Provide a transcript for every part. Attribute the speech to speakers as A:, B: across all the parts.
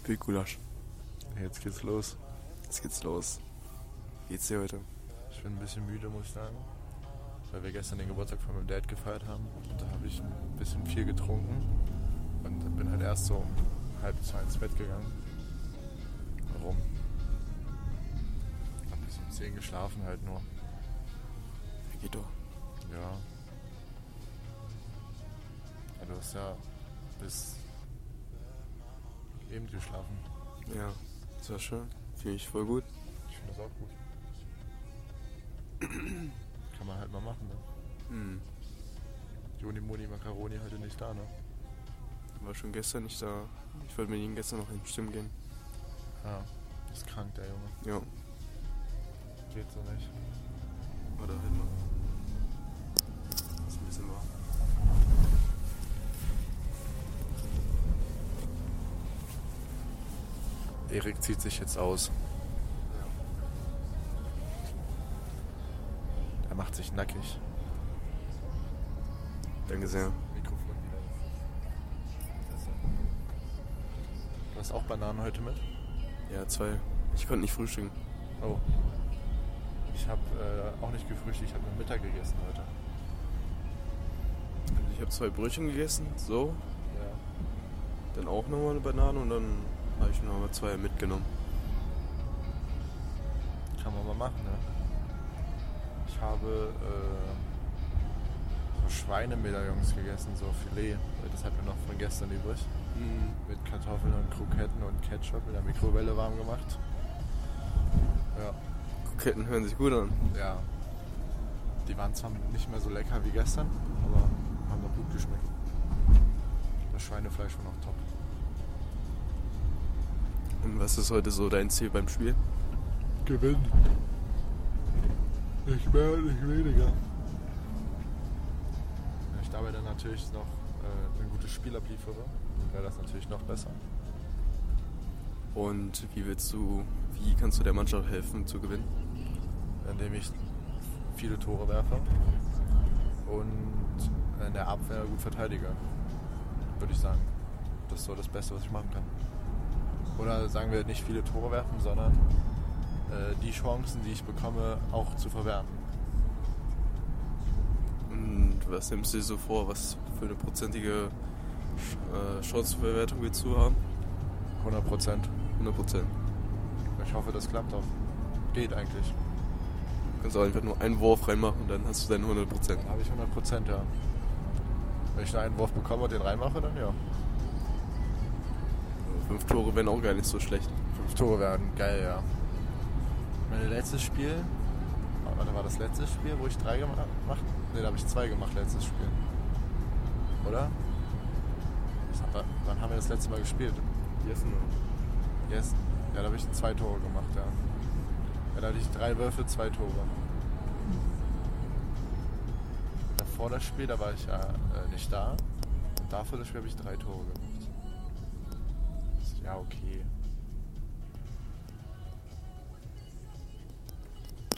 A: Spiegelgulasch.
B: Jetzt geht's los.
A: Jetzt geht's los. Geht's dir heute?
B: Ich bin ein bisschen müde, muss ich sagen. Weil wir gestern den Geburtstag von meinem Dad gefeiert haben. Und da habe ich ein bisschen viel getrunken. Und bin halt erst so um halb zwei ins Bett gegangen. Warum? Hab bis um zehn geschlafen halt nur.
A: Ja, geht doch.
B: Ja. ja. Du hast ja bis eben geschlafen.
A: Ja, das war schön. Finde ich voll gut.
B: Ich finde das auch gut. Kann man halt mal machen, ne?
A: Hm.
B: Joni Moni Macaroni heute nicht da, ne?
A: War schon gestern nicht da. Ich wollte mit ihnen gestern noch in Stimmen gehen.
B: Ah, ist krank der Junge.
A: Ja.
B: Geht so nicht.
A: Oder halt mal. Ist ein bisschen warm.
B: Erik zieht sich jetzt aus. Er macht sich nackig.
A: Danke sehr.
B: Mikrofon wieder. Du hast auch Bananen heute mit?
A: Ja, zwei. Ich konnte nicht frühstücken.
B: Oh. Ich habe äh, auch nicht gefrühstückt, ich habe nur Mittag gegessen heute.
A: Also ich habe zwei Brötchen gegessen, so.
B: Ja.
A: Dann auch nochmal eine Banane und dann habe ich nochmal zwei mitgenommen.
B: Kann man mal machen, ne? Ich habe äh, so Schweinemedaillons gegessen, so Filet. weil Das hat mir noch von gestern übrig.
A: Hm.
B: Mit Kartoffeln und Kroketten und Ketchup in der Mikrowelle warm gemacht. Ja.
A: Kroketten hören sich gut an.
B: Ja. Die waren zwar nicht mehr so lecker wie gestern, aber haben noch gut geschmeckt. Das Schweinefleisch war noch top.
A: Und was ist heute so dein Ziel beim Spiel?
B: Gewinn. Nicht mehr, nicht weniger. Wenn ich dabei dann natürlich noch äh, ein gutes Spiel abliefere, wäre das natürlich noch besser.
A: Und wie willst du, wie kannst du der Mannschaft helfen zu gewinnen?
B: Indem ich viele Tore werfe und in der Abwehr gut verteidige, würde ich sagen. Das ist so das Beste, was ich machen kann. Oder sagen wir nicht viele Tore werfen, sondern äh, die Chancen, die ich bekomme, auch zu verwerten.
A: Und was nimmst du dir so vor? Was für eine prozentige äh, Chancenverwertung willst du haben?
B: 100 Prozent.
A: 100 Prozent.
B: Ich hoffe, das klappt auch. Geht eigentlich.
A: Du kannst auch einfach nur einen Wurf reinmachen und dann hast du deine 100 Prozent.
B: Dann habe ich 100 Prozent, ja. Wenn ich einen Wurf bekomme und den reinmache, dann ja.
A: Fünf Tore wären auch gar nicht so schlecht.
B: Fünf Tore werden, geil, ja. Mein letztes Spiel, Ah, warte, war das letzte Spiel, wo ich drei gemacht habe? Ne, da habe ich zwei gemacht, letztes Spiel. Oder? Was hat- Wann haben wir das letzte Mal gespielt?
A: Yes,
B: ne? Yes. Ja, da habe ich zwei Tore gemacht, ja. Ja, da hatte ich drei Würfe, zwei Tore. Davor das Spiel, da war ich ja äh, nicht da. Und dafür das Spiel habe ich drei Tore gemacht. Ja, okay.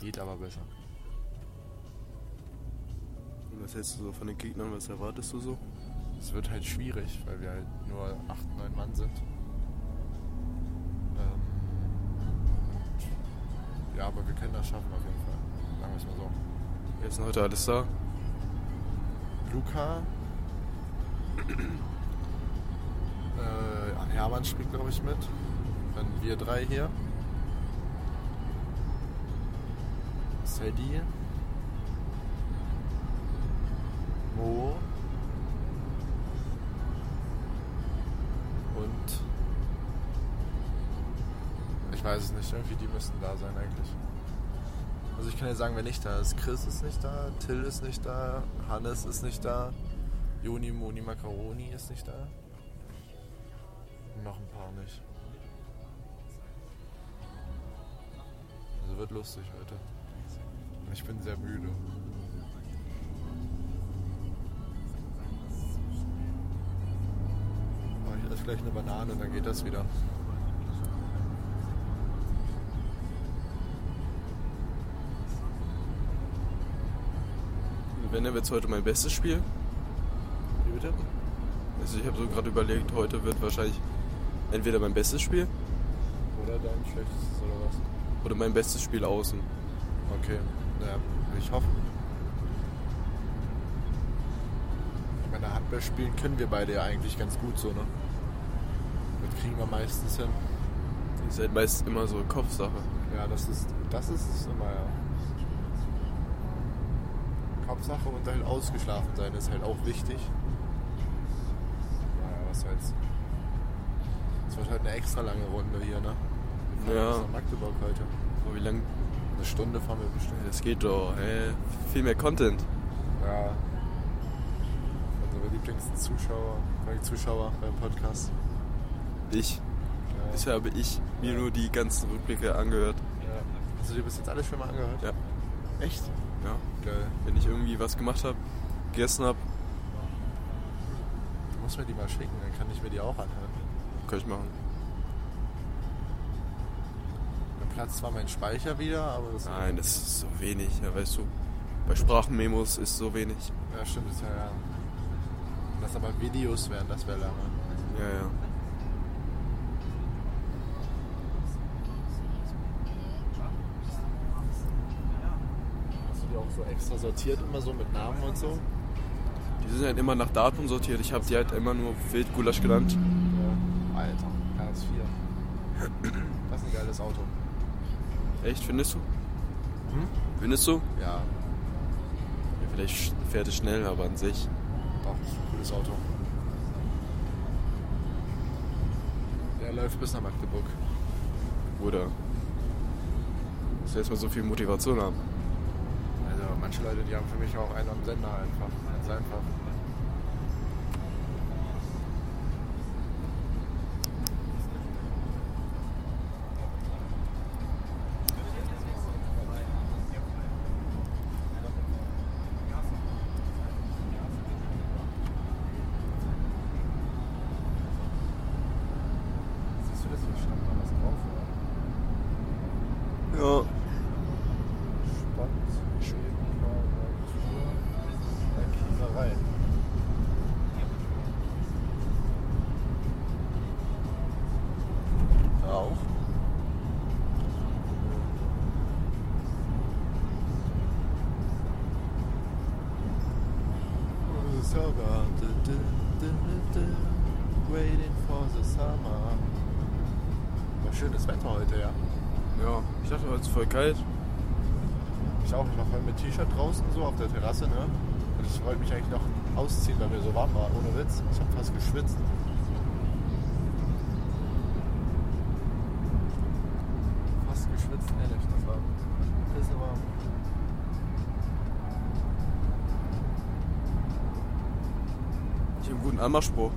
B: Geht aber besser.
A: Und was hältst du so von den Gegnern? Was erwartest du so?
B: Es wird halt schwierig, weil wir halt nur 8, 9 Mann sind. Ähm, ja, aber wir können das schaffen auf jeden Fall. Sagen wir es mal so.
A: Wer ist denn heute alles da?
B: Luca. äh, Hermann spielt, glaube ich, mit. Dann wir drei hier. Sadie. Mo. Und. Ich weiß es nicht, irgendwie die müssen da sein eigentlich. Also ich kann ja sagen, wer nicht da ist. Chris ist nicht da, Till ist nicht da, Hannes ist nicht da, Joni Moni Macaroni ist nicht da. Und Noch ein paar nicht. Also wird lustig heute. Ich bin sehr müde. Aber Oh, ich esse gleich eine Banane, dann geht das wieder.
A: Wenn, dann wird heute mein bestes Spiel.
B: Wie bitte?
A: Also ich habe so gerade überlegt, heute wird wahrscheinlich entweder mein bestes Spiel
B: Oder dein schlechtestes oder was?
A: oder mein bestes Spiel außen.
B: Okay, ja, ich hoffe. Ich meine, Handball spielen können wir beide ja eigentlich ganz gut so, ne? Das kriegen wir meistens hin.
A: Ihr seid meist immer so Kopfsache.
B: Ja, das ist das ist es immer, ja. Kopfsache und halt ausgeschlafen sein ist halt auch wichtig. Naja, was soll's. Es wird halt eine extra lange Runde hier, ne? Wir fahren
A: Ja.
B: bis nach Magdeburg heute.
A: Aber Oh, wie lange?
B: Eine Stunde fahren wir bestimmt.
A: Das geht doch. Hä? Viel mehr Content.
B: Ja. Unsere Lieblingszuschauer, äh, Zuschauer beim Podcast.
A: Ich.
B: Ja.
A: Ich habe ich mir nur die ganzen Rückblicke angehört.
B: ja. Also, Hast du dir bis jetzt alles schon mal angehört?
A: Ja.
B: Echt?
A: ja.
B: Geil.
A: Wenn ich irgendwie was gemacht habe, gegessen habe,
B: Du musst mir die mal schicken, dann kann ich mir die auch anhören.
A: kann ich machen.
B: Dann platzt zwar mein Speicher wieder, aber das
A: Nein, das ist so wenig, ja, weißt du. Bei Sprachenmemos ist so wenig.
B: Ja, stimmt, das ist ja, ja. Das aber Videos wären, das wäre lange.
A: Ja, ja.
B: Hast du die auch so extra sortiert, immer so mit Namen und so?
A: Die sind halt immer nach Datum sortiert. Ich habe die halt immer nur Wildgulasch genannt.
B: Ja. Alter, KS4. Das ist ein geiles Auto.
A: Echt, findest du? Findest du?
B: Ja,
A: Ja, vielleicht sch- fährt es schnell, aber an sich.
B: doch, ist ein cooles Auto. Der läuft bis nach Magdeburg.
A: Bruder. Muss erstmal so viel Motivation haben.
B: Also manche Leute, die haben für mich auch einen am Sender einfach. Ganz einfach. Siehst du das? Hier stand mal was drauf, oder?
A: Ja.
B: Spannend. Schweden, Kieserei. Da auch. The summer, du, du, du, du, du, waiting for the summer. War schönes Wetter heute, ja.
A: Ja. Ich dachte, heute ist voll kalt.
B: Ich auch, ich war vorhin mit T-Shirt draußen so auf der Terrasse, ne? Und ich wollte mich eigentlich noch ausziehen, weil mir so warm war, ohne Witz. Ich habe fast geschwitzt. Fast geschwitzt, ehrlich, das war pisse warm.
A: Ich habe einen guten Anmachspruch.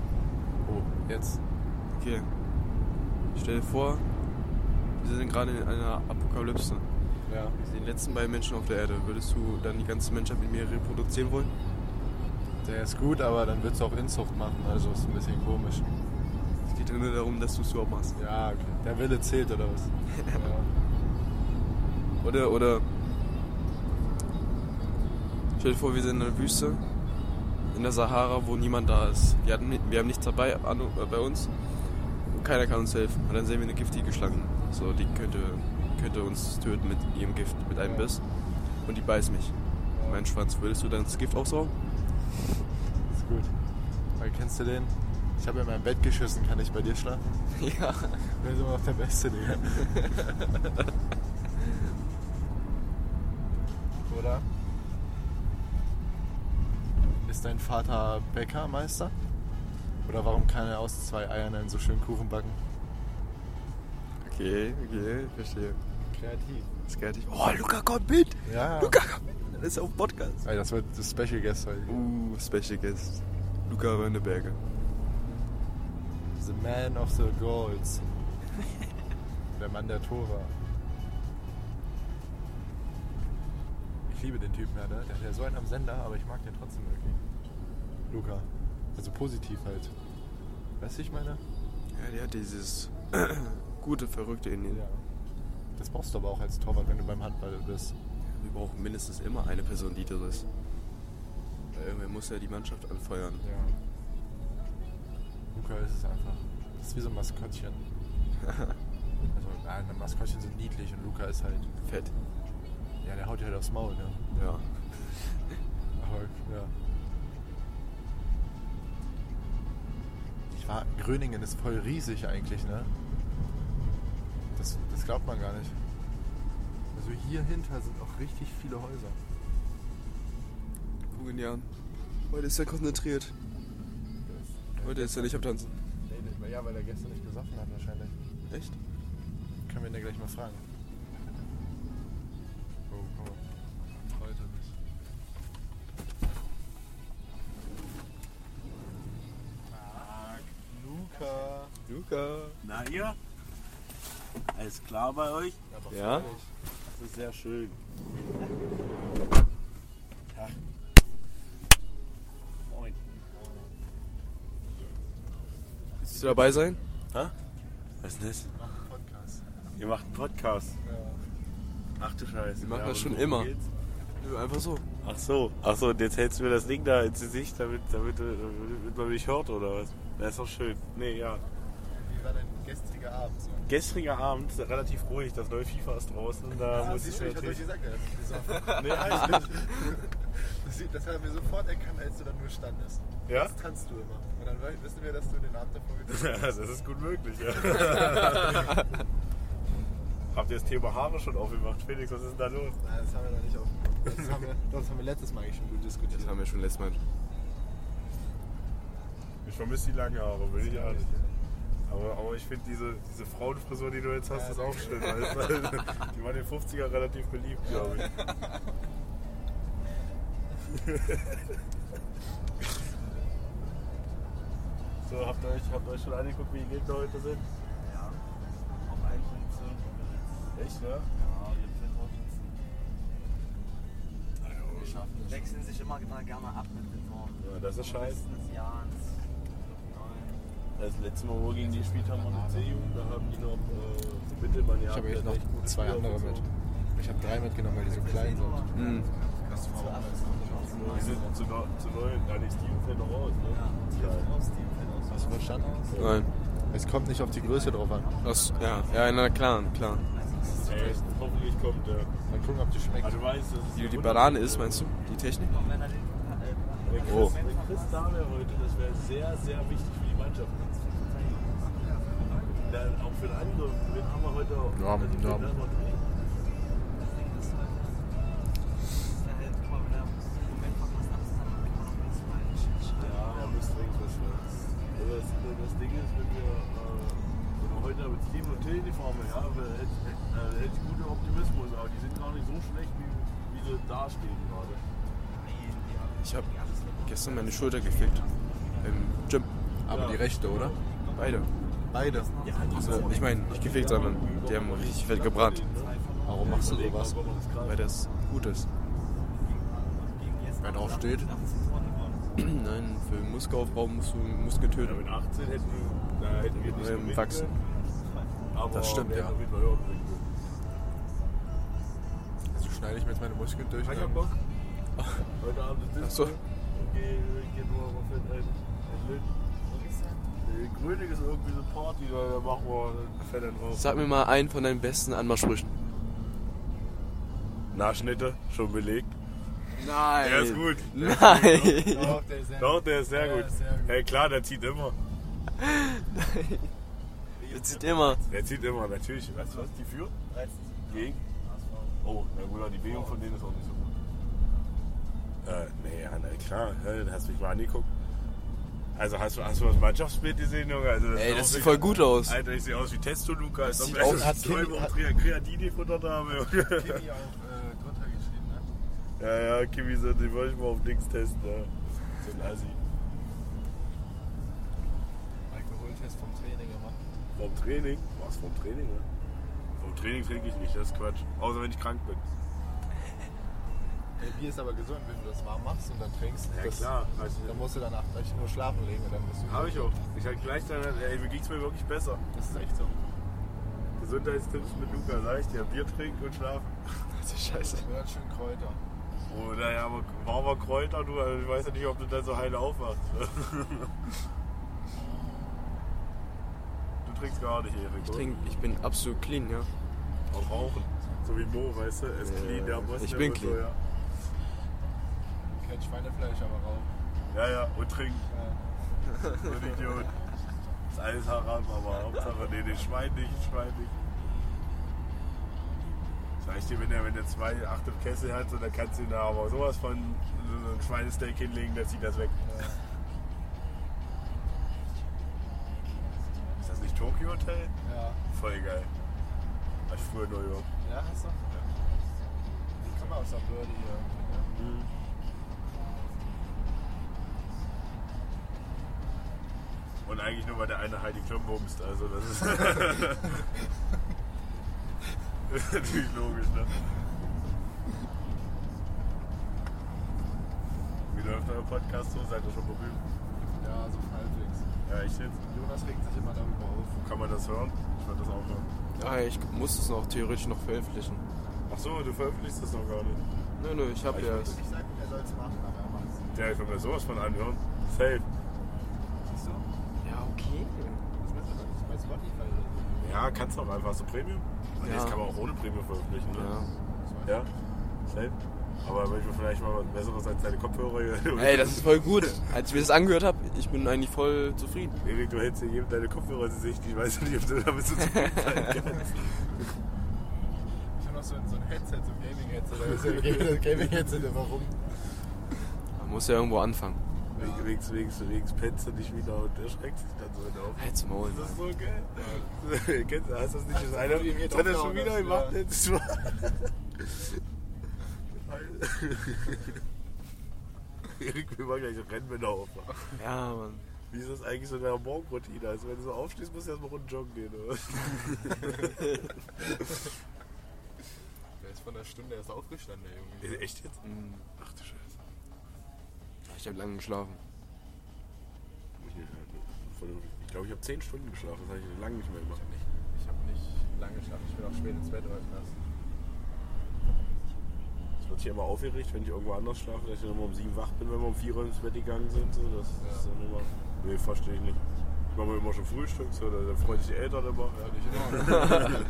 B: Oh, jetzt.
A: Okay. Stell dir vor, wir sind gerade in einer Apokalypse.
B: Ja.
A: Wir sind die letzten beiden Menschen auf der Erde. Würdest du dann die ganze Menschheit mit mir reproduzieren wollen?
B: Der ist gut, aber dann willst du auch Inzucht machen, also ist ein bisschen komisch.
A: Es geht ja nur darum, dass du es überhaupt machst.
B: Ja, okay. Der Wille zählt, oder was? ja.
A: Oder, oder. Stell dir vor, wir sind in der Wüste, in der Sahara, wo niemand da ist. Wir, hatten, wir haben nichts dabei an, äh, bei uns und keiner kann uns helfen. Und dann sehen wir eine giftige Schlange. So, die könnte, könnte uns töten mit ihrem Gift, mit einem Biss. Und die beißt mich. Mein Schwanz, würdest du dann das Gift aufsaugen?
B: Ist gut. Aber kennst du den? Ich habe in meinem Bett geschissen, kann ich bei dir schlafen?
A: Ja.
B: Der ist immer noch der Beste, Digga. Oder? Ist dein Vater Bäckermeister? Oder warum kann er aus zwei Eiern einen so schönen Kuchen backen?
A: Okay, okay, verstehe.
B: Kreativ.
A: Das geht nicht. Oh, Luca kommt mit!
B: Ja.
A: Luca kommt mit! Das ist auf dem Podcast.
B: Ey, das wird das Special Guest heute.
A: Uh, Special Guest. Luca Rönneberger.
B: The Man of the Goals. der Mann der Tore. Ich liebe den Typen, ja, ne? Der hat ja so einen am Sender, aber ich mag den trotzdem irgendwie. Luca. Also positiv halt. Weißt du, ich meine?
A: Ja, der hat dieses gute, verrückte in den.
B: Das brauchst du aber auch als Torwart, wenn du beim Handball bist.
A: Wir brauchen mindestens immer eine Person, die das ist. Weil irgendwer muss ja die Mannschaft anfeuern.
B: Ja. Luca ist es einfach. Das ist wie so ein Maskottchen. also, nein, Maskottchen sind niedlich und Luca ist halt.
A: Fett.
B: Ja, der haut dir halt aufs Maul, ne?
A: Ja.
B: Aber, ja. Ich war. Gröningen ist voll riesig eigentlich, ne? Das, das glaubt man gar nicht. Also hier hinter sind auch richtig viele Häuser.
A: Gucken die an. Heute ist er konzentriert. Heute ist er nicht am Tanzen.
B: Nee, Ja, weil er gestern nicht gesoffen hat wahrscheinlich.
A: Echt?
B: Können wir ihn ja gleich mal fragen. Oh, guck mal. Heute nicht.
C: Tag.
B: Luca.
A: Luca.
C: Na ihr? Alles klar bei euch?
A: Ja?
C: Das ist sehr schön. Ja. Moin.
A: Willst du dabei sein?
C: Hä? Was ist das?
B: Podcast.
C: Ihr macht einen Podcast. Ach du Scheiße.
A: Wir machen
C: Ja,
A: das
C: und
A: schon
C: worum
A: immer.
C: geht's?
A: Nö, einfach so.
C: Ach so. Ach so, und jetzt hältst du mir das Ding da ins Gesicht, damit, damit, äh, damit man mich hört oder was? Das ist doch schön. Nee, ja.
B: Wie war dein gestriger Abend so?
C: Gestriger Abend, relativ ruhig, das neue FIFA ist draußen,
B: Ah,
C: da muss ich natürlich...
B: gesagt, er ist
C: Nee, eigentlich nicht.
B: Das hat er mir sofort erkannt, als du dann nur standest.
C: Ja?
B: Das tanzt du immer. Und dann we- wissen wir, dass du den Abend davor getanzt
C: Ja, Also, Das ist gut möglich, ja. Habt ihr das Thema Haare schon aufgemacht? Felix, was ist denn da los?
B: hast. Nein, das haben wir noch nicht aufgenommen. Das haben wir, das haben wir letztes Mal eigentlich schon gut diskutiert.
A: Das haben wir schon letztes Mal.
C: Ich vermisse die langen Haare, will ich
B: Ja,
C: auch
B: nicht.
C: nicht. Aber, aber ich finde diese, diese Frauenfrisur, die du jetzt hast,
B: Ja,
C: ist
B: das-
C: auch schön. Weißt du? Die waren in den 50er relativ beliebt, glaube ich. So, habt ihr euch, habt ihr euch schon angeguckt, wie die Gegner heute sind?
D: Ja, auf einen Position gesetzt.
C: Echt, ne?
D: Ja, ihr könnt auch sitzen. Wir schaffen Wechseln sich immer mal gerne ab mit den Toren.
C: Ja, das ist scheiße.
D: Mindestens Jans. Nein.
C: Das letzte Also Mal, wo gegen die gespielt haben, waren die C-Jugend, da haben die noch äh, Mittelmann
B: Ich
C: gehabt.
B: habe
C: der
B: eigentlich
C: hat echt
B: noch
C: gute
B: zwei
C: Spieler
B: andere mit.
C: verzogen.
B: Ich habe drei mitgenommen, weil die so klein sind.
A: Mhm.
D: Zu
C: Oh.
D: acht.
C: Die sind zu, neu- zu neu, ja, die Steven fällt noch aus, ne?
D: Ja, Tier
C: Geil.
D: fällt aus, Team fällt aus.
B: Hast du verstanden?
A: Nein.
B: Es kommt nicht auf die Größe drauf an.
A: Das, ja. Ja, na klar, klar.
C: Ey, Äh, hoffentlich kommt der.
B: Mal gucken, ob die schmeckt.
C: Ah, du weißt, das ist
A: Die, die
C: eine
A: Banane
C: wunderschöne-
A: ist, meinst du? Die Technik?
D: Und wenn er den äh,
C: Wenn Chris,
A: Oh.
C: wenn Chris da wäre heute, das wäre sehr, sehr wichtig für die Mannschaft. Dann auch für den Angriff. Wen haben wir heute auch?
B: Ja,
C: also, wen
B: ja.
C: haben wir heute?
D: das Ding ist halt, äh, der hält, guck mal, wenn er im Moment noch was absagt, dann kann man noch was fallen.
C: Ja, er muss dringend was machen. Also das, das Ding ist, wenn wir, äh, wenn wir heute mit Steven und Till in die Formel, ja, wir hätten äh, hätte ich guten Optimismus, aber die sind gar nicht so schlecht, wie, wie sie dastehen gerade.
A: Ich habe gestern meine Schulter gefickt. Im Gym.
B: Aber die rechte, oder?
A: Beide.
B: Beide.
A: Also, ich meine, nicht gefickt, sondern die haben richtig fett gebrannt.
B: Warum machst du sowas?
A: Weil das gut ist.
B: Wer drauf steht?
A: Nein, für Muskelaufbau musst du Muskeln
C: Ja,
A: töten.
C: mit 18 hätten, da hätten wir nicht
A: Ähm,
C: gewinnen
A: wachsen.
C: können, Aber
B: Das stimmt,
C: wir hätten
B: ja.
C: auf jeden Fall höher gewinnen können.
B: Also schneide ich mir jetzt meine Muskeln durch. Ähm,
C: Ich hab Bock. Heute Abend ist
A: Ach so.
C: Disco. Ich gehe ich gehe nur auf ein, ein, ein Lütt. Nee, Gröning ist irgendwie so eine Party, da da machen wir einen Fett drauf.
A: Sag mir mal einen von deinen besten Anmachsprüchen.
C: Nachschnitte, schon belegt.
A: Nein.
C: Der ist gut.
A: Nein.
B: Doch, der ist sehr
C: Doch, der ist sehr
B: Ja,
C: gut.
B: sehr gut.
C: Hey, klar, der zieht immer.
A: Der zieht immer.
C: Der zieht immer, natürlich. Weißt du was? Die führt? Gegen? Oh, na gut, aber die Bewegung von denen ist auch nicht so gut. Äh, nee, ja, na klar. Hä, dann hast du mich mal angeguckt. Also hast du, hast du das Mannschaftsbild gesehen, Junge? Also, das
A: Ey,
C: auch
A: das sieht
C: wirklich-
A: voll gut aus.
C: Alter, ich sehe aus wie Testo Luca.
A: Das
C: als ob
A: sieht
C: ich
A: aus-
B: hat
C: zwei
B: Kimi-
C: Wochen
B: hat-
C: Kre- Kreatine gefuttert habe. Junge.
B: Kimi auf äh, Konter geschrieben, ne?
C: ja, ja, Kimi, so, den wollte ich mal auf Dings testen. Ja. So ein Assi.
B: Alkoholtest vom Training gemacht.
C: Vom Training? Was, vom Training, ne? Vom Training trinke ich nicht, das ist Quatsch. Außer wenn ich krank bin.
B: Der Bier ist aber gesund, wenn du das warm machst und dann trinkst.
C: Ja,
B: das,
C: klar. Also,
B: Dann musst du danach gleich nur schlafen legen und dann bist du.
C: Habe ich auch. Ich hatte gleich dann, ey, mir ging es mir wirklich besser.
B: Das ist echt so.
C: Gesundheitstipps mit Luca, sag ich dir. Bier trinken und schlafen.
A: Scheiße.
B: Oder dann schön Kräuter.
C: Oder ja, aber warmer Kräuter, du, also ich weiß ja nicht, ob du dann so heil aufwachst. trinkst gar nicht, Erik.
A: Ich, trink, ich bin absolut clean, ja.
C: Auch rauchen. So wie Mo, weißt du? Er ist
A: Ja,
C: clean, der
A: ich
C: muss
A: bin
C: und
A: clean.
C: So, ja.
B: Kein Schweinefleisch, aber Rauch.
C: ja, ja, und trinken. So ein Idiot. Ist alles haram, aber Hauptsache, nee, den Schwein nicht, den Schwein nicht. Sag ich dir, wenn der, wenn der zwei acht im Kessel hat, so, dann kannst du ihn da aber sowas von so ein Schweinesteak hinlegen, dann zieht das weg. Ist das nicht Tokyo Hotel?
B: Ja.
C: Voll geil. War ich früher in New York.
B: Ja, hast du? Ich komme aus der Börde hier.
C: Und eigentlich nur, weil der eine Heidi Klum bumst. Also das ist... das ist natürlich logisch, ne? Wie läuft euer Podcast so? Seid ihr schon berühmt?
B: Ja, so halbwegs.
C: Ja, ich jetzt.
B: Jonas regt sich immer darüber auf.
C: Kann man das hören? Ich würde das auch hören.
A: Ah, ich muss es noch theoretisch noch veröffentlichen.
C: Ach so, du veröffentlichst das noch gar nicht.
A: Nö, nö, ich hab
C: Ich
A: ja.
C: weiß
B: Ich sag, er soll es machen, aber er macht es nicht.
C: Ja, ich kann mir sowas von anhören. Safe.
B: Siehst du?
A: Ja, okay.
B: Das müsste man nicht bei Spotify oder so.
C: Ja, kannst du auch einfach. Hast du Premium? Ja.
A: Ja.
C: Das kann man auch ohne Premium veröffentlichen, ne?
A: Ja.
B: Das weiß
C: Ja, safe. Aber wenn ich mir vielleicht mal was Besseres als deine Kopfhörer hier.
A: Ey, das ist voll gut. Als ich mir das angehört habe, ich bin eigentlich voll zufrieden.
C: Erik, du hältst dir jedem deine Kopfhörer ins Gesicht. Ich weiß nicht, ob du damit so zufrieden sein kannst.
B: ich. Ich hab noch so ein, so ein Headset, so ein Gaming-Headset. Da ist ja ein Gaming-Headset immer rum.
A: Man muss ja irgendwo anfangen.
C: Wegen- Wegen, wegen, wegen pennst du dich wieder und erschreckt sich dann so auf.
A: Halt's Halt Maul,
C: Das ist
A: Mann.
C: so geil. Kennst du, hast du das nicht? Das einer
B: du ihm hier
C: das hat er
B: drauf
C: schon
B: gehauen,
C: wieder
B: das-
C: gemacht
B: ja.
C: letztes Mal. Erik, wir machen gleich rennen, wenn er aufwacht.
A: Ja, Mann.
C: Wie ist das eigentlich so in deiner Morgenroutine? Also wenn du so aufstehst, musst du erstmal runter joggen gehen, oder?
B: Der ist von der Stunde erst aufgestanden, der Junge.
C: Echt jetzt?
A: Mhm.
C: Ach du Scheiße.
A: Ich hab lange geschlafen.
C: Ich glaube, ich habe 10 Stunden geschlafen. Das habe ich lange nicht mehr gemacht.
B: Ich hab nicht lange geschlafen. Ich bin auch spät ins Bett heute nass.
C: Es wird hier immer aufgeregt, wenn ich irgendwo anders schlafe, dass ich dann immer um 7 wach bin, wenn wir um 4 Uhr ins Bett gegangen sind. So, das ist dann immer. Nee, verstehe ich nicht. Ich mache mir immer schon Frühstück, so, da da freuen sich die Eltern immer.
B: Ja, nicht in Ordnung.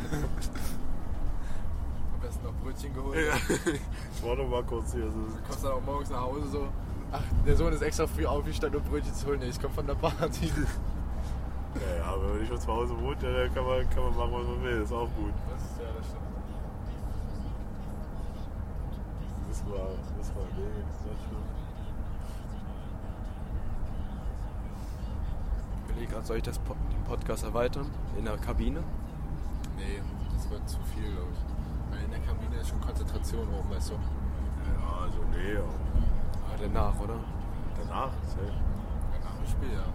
B: Am besten noch Brötchen geholt.
C: Ja. Ich war doch mal kurz hier. So.
B: Du kommst dann auch morgens nach Hause so. Ach, der Sohn ist extra früh aufgestanden, um Brötchen zu holen. Nee, ich komme von der Party.
C: Ja, ja, wenn man nicht mehr zu Hause wohnt, ja, dann kann man, kann man machen, was man will. Ist auch gut.
B: Das ist ja das stimmt.
C: Das war, das war, nee, das war schlimm.
A: Ich überlege gerade, soll ich das Po- den Podcast erweitern? In der Kabine?
B: Nee, das wird zu viel, glaube ich. Weil in der Kabine ist schon Konzentration oben, weißt du.
C: Ja, also nee, aber
A: Ah, danach, oder?
C: danach, safe.
B: Nach dem Spiel, ja.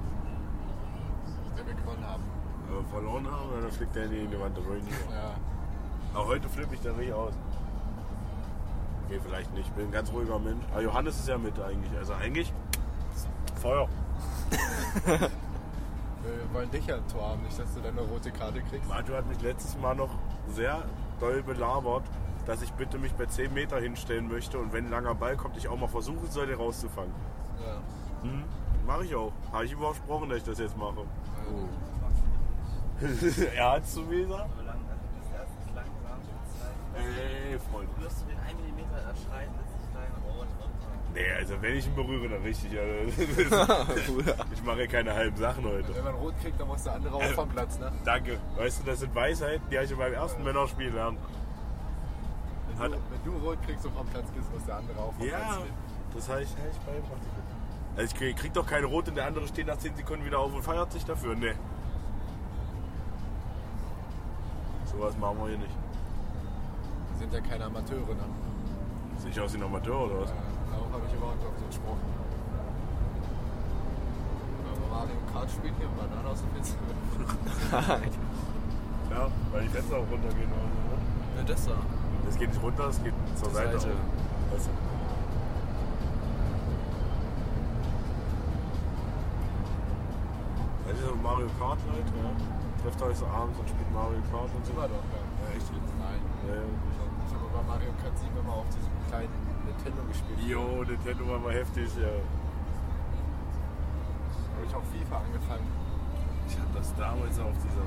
B: Wenn wir gewonnen haben.
C: Wenn wir verloren haben, dann fliegt der in die Wand rein.
B: Ja.
C: Aber heute flippe ich da nicht aus. Okay, vielleicht nicht. Bin ein ganz ruhiger Mensch. Aber Johannes ist ja mit eigentlich. Also eigentlich Feuer.
B: Wir wollen dich ja im Tor haben, nicht, dass du dann eine rote Karte kriegst.
C: Matu hat mich letztes Mal noch sehr doll belabert, dass ich bitte mich bei 10 Meter hinstellen möchte und wenn ein langer Ball kommt, ich auch mal versuchen soll, den rauszufangen.
B: Ja.
C: Hm? Mache ich auch. Habe ich ihm auch versprochen, dass ich das jetzt mache.
B: Oh.
C: er hat zu mir gesagt.
D: So lang, also das erste ist langsam, das zweite-
C: Ey, Freund.
D: Wirst du den 1 mm erschreiten, dass ich dein Rohr drücke?
C: Nee, also wenn ich ihn berühre, dann richtig. Also,
A: Bruder.
C: ich mache keine halben Sachen heute.
B: Wenn man rot kriegt, dann muss der andere
C: Äh,
B: auch vom Platz, ne?
C: Danke. Weißt du, das sind Weisheiten, die habe ich in meinem ersten Männerspiel gelernt.
B: Wenn
C: Hat-
B: du, wenn du rot kriegst und vom Platz gehst, muss der andere auch vom Platz gehen.
C: das habe ich, hab ich beigebracht. Also ich krieg, krieg doch keine rote und der andere steht nach 10 Sekunden wieder auf und feiert sich dafür. Nee. Sowas machen wir hier nicht.
B: Wir sind ja keine Amateure, ne?
C: Sehe ich aus wie ein Amateur oder
B: Äh,
C: was?
B: darauf habe ich überhaupt noch so einen Spruch. Wenn wir Mario Kart spielen hier und Bananen aus dem Fenster.
C: Ja, weil die Fenster auch runtergehen. oder ne?
A: Ja, das da.
C: so. Das geht nicht runter, es geht zur
A: Zur
C: Seite. Also.
A: Seite.
C: auf. Weißt du? Das ist so Mario Kart, Leute. Ja. Trefft euch so abends und spielt Mario Kart und so.
B: Super doch, ja.
C: Ja, echt jetzt.
B: Nein.
C: Ja,
B: Ich habe über Mario Kart 7 immer auf diesem kleinen Nintendo gespielt.
C: ja. Jo, Nintendo war mal heftig, ja.
B: Da habe ich auch FIFA angefangen.
C: Ich habe das damals auf dieser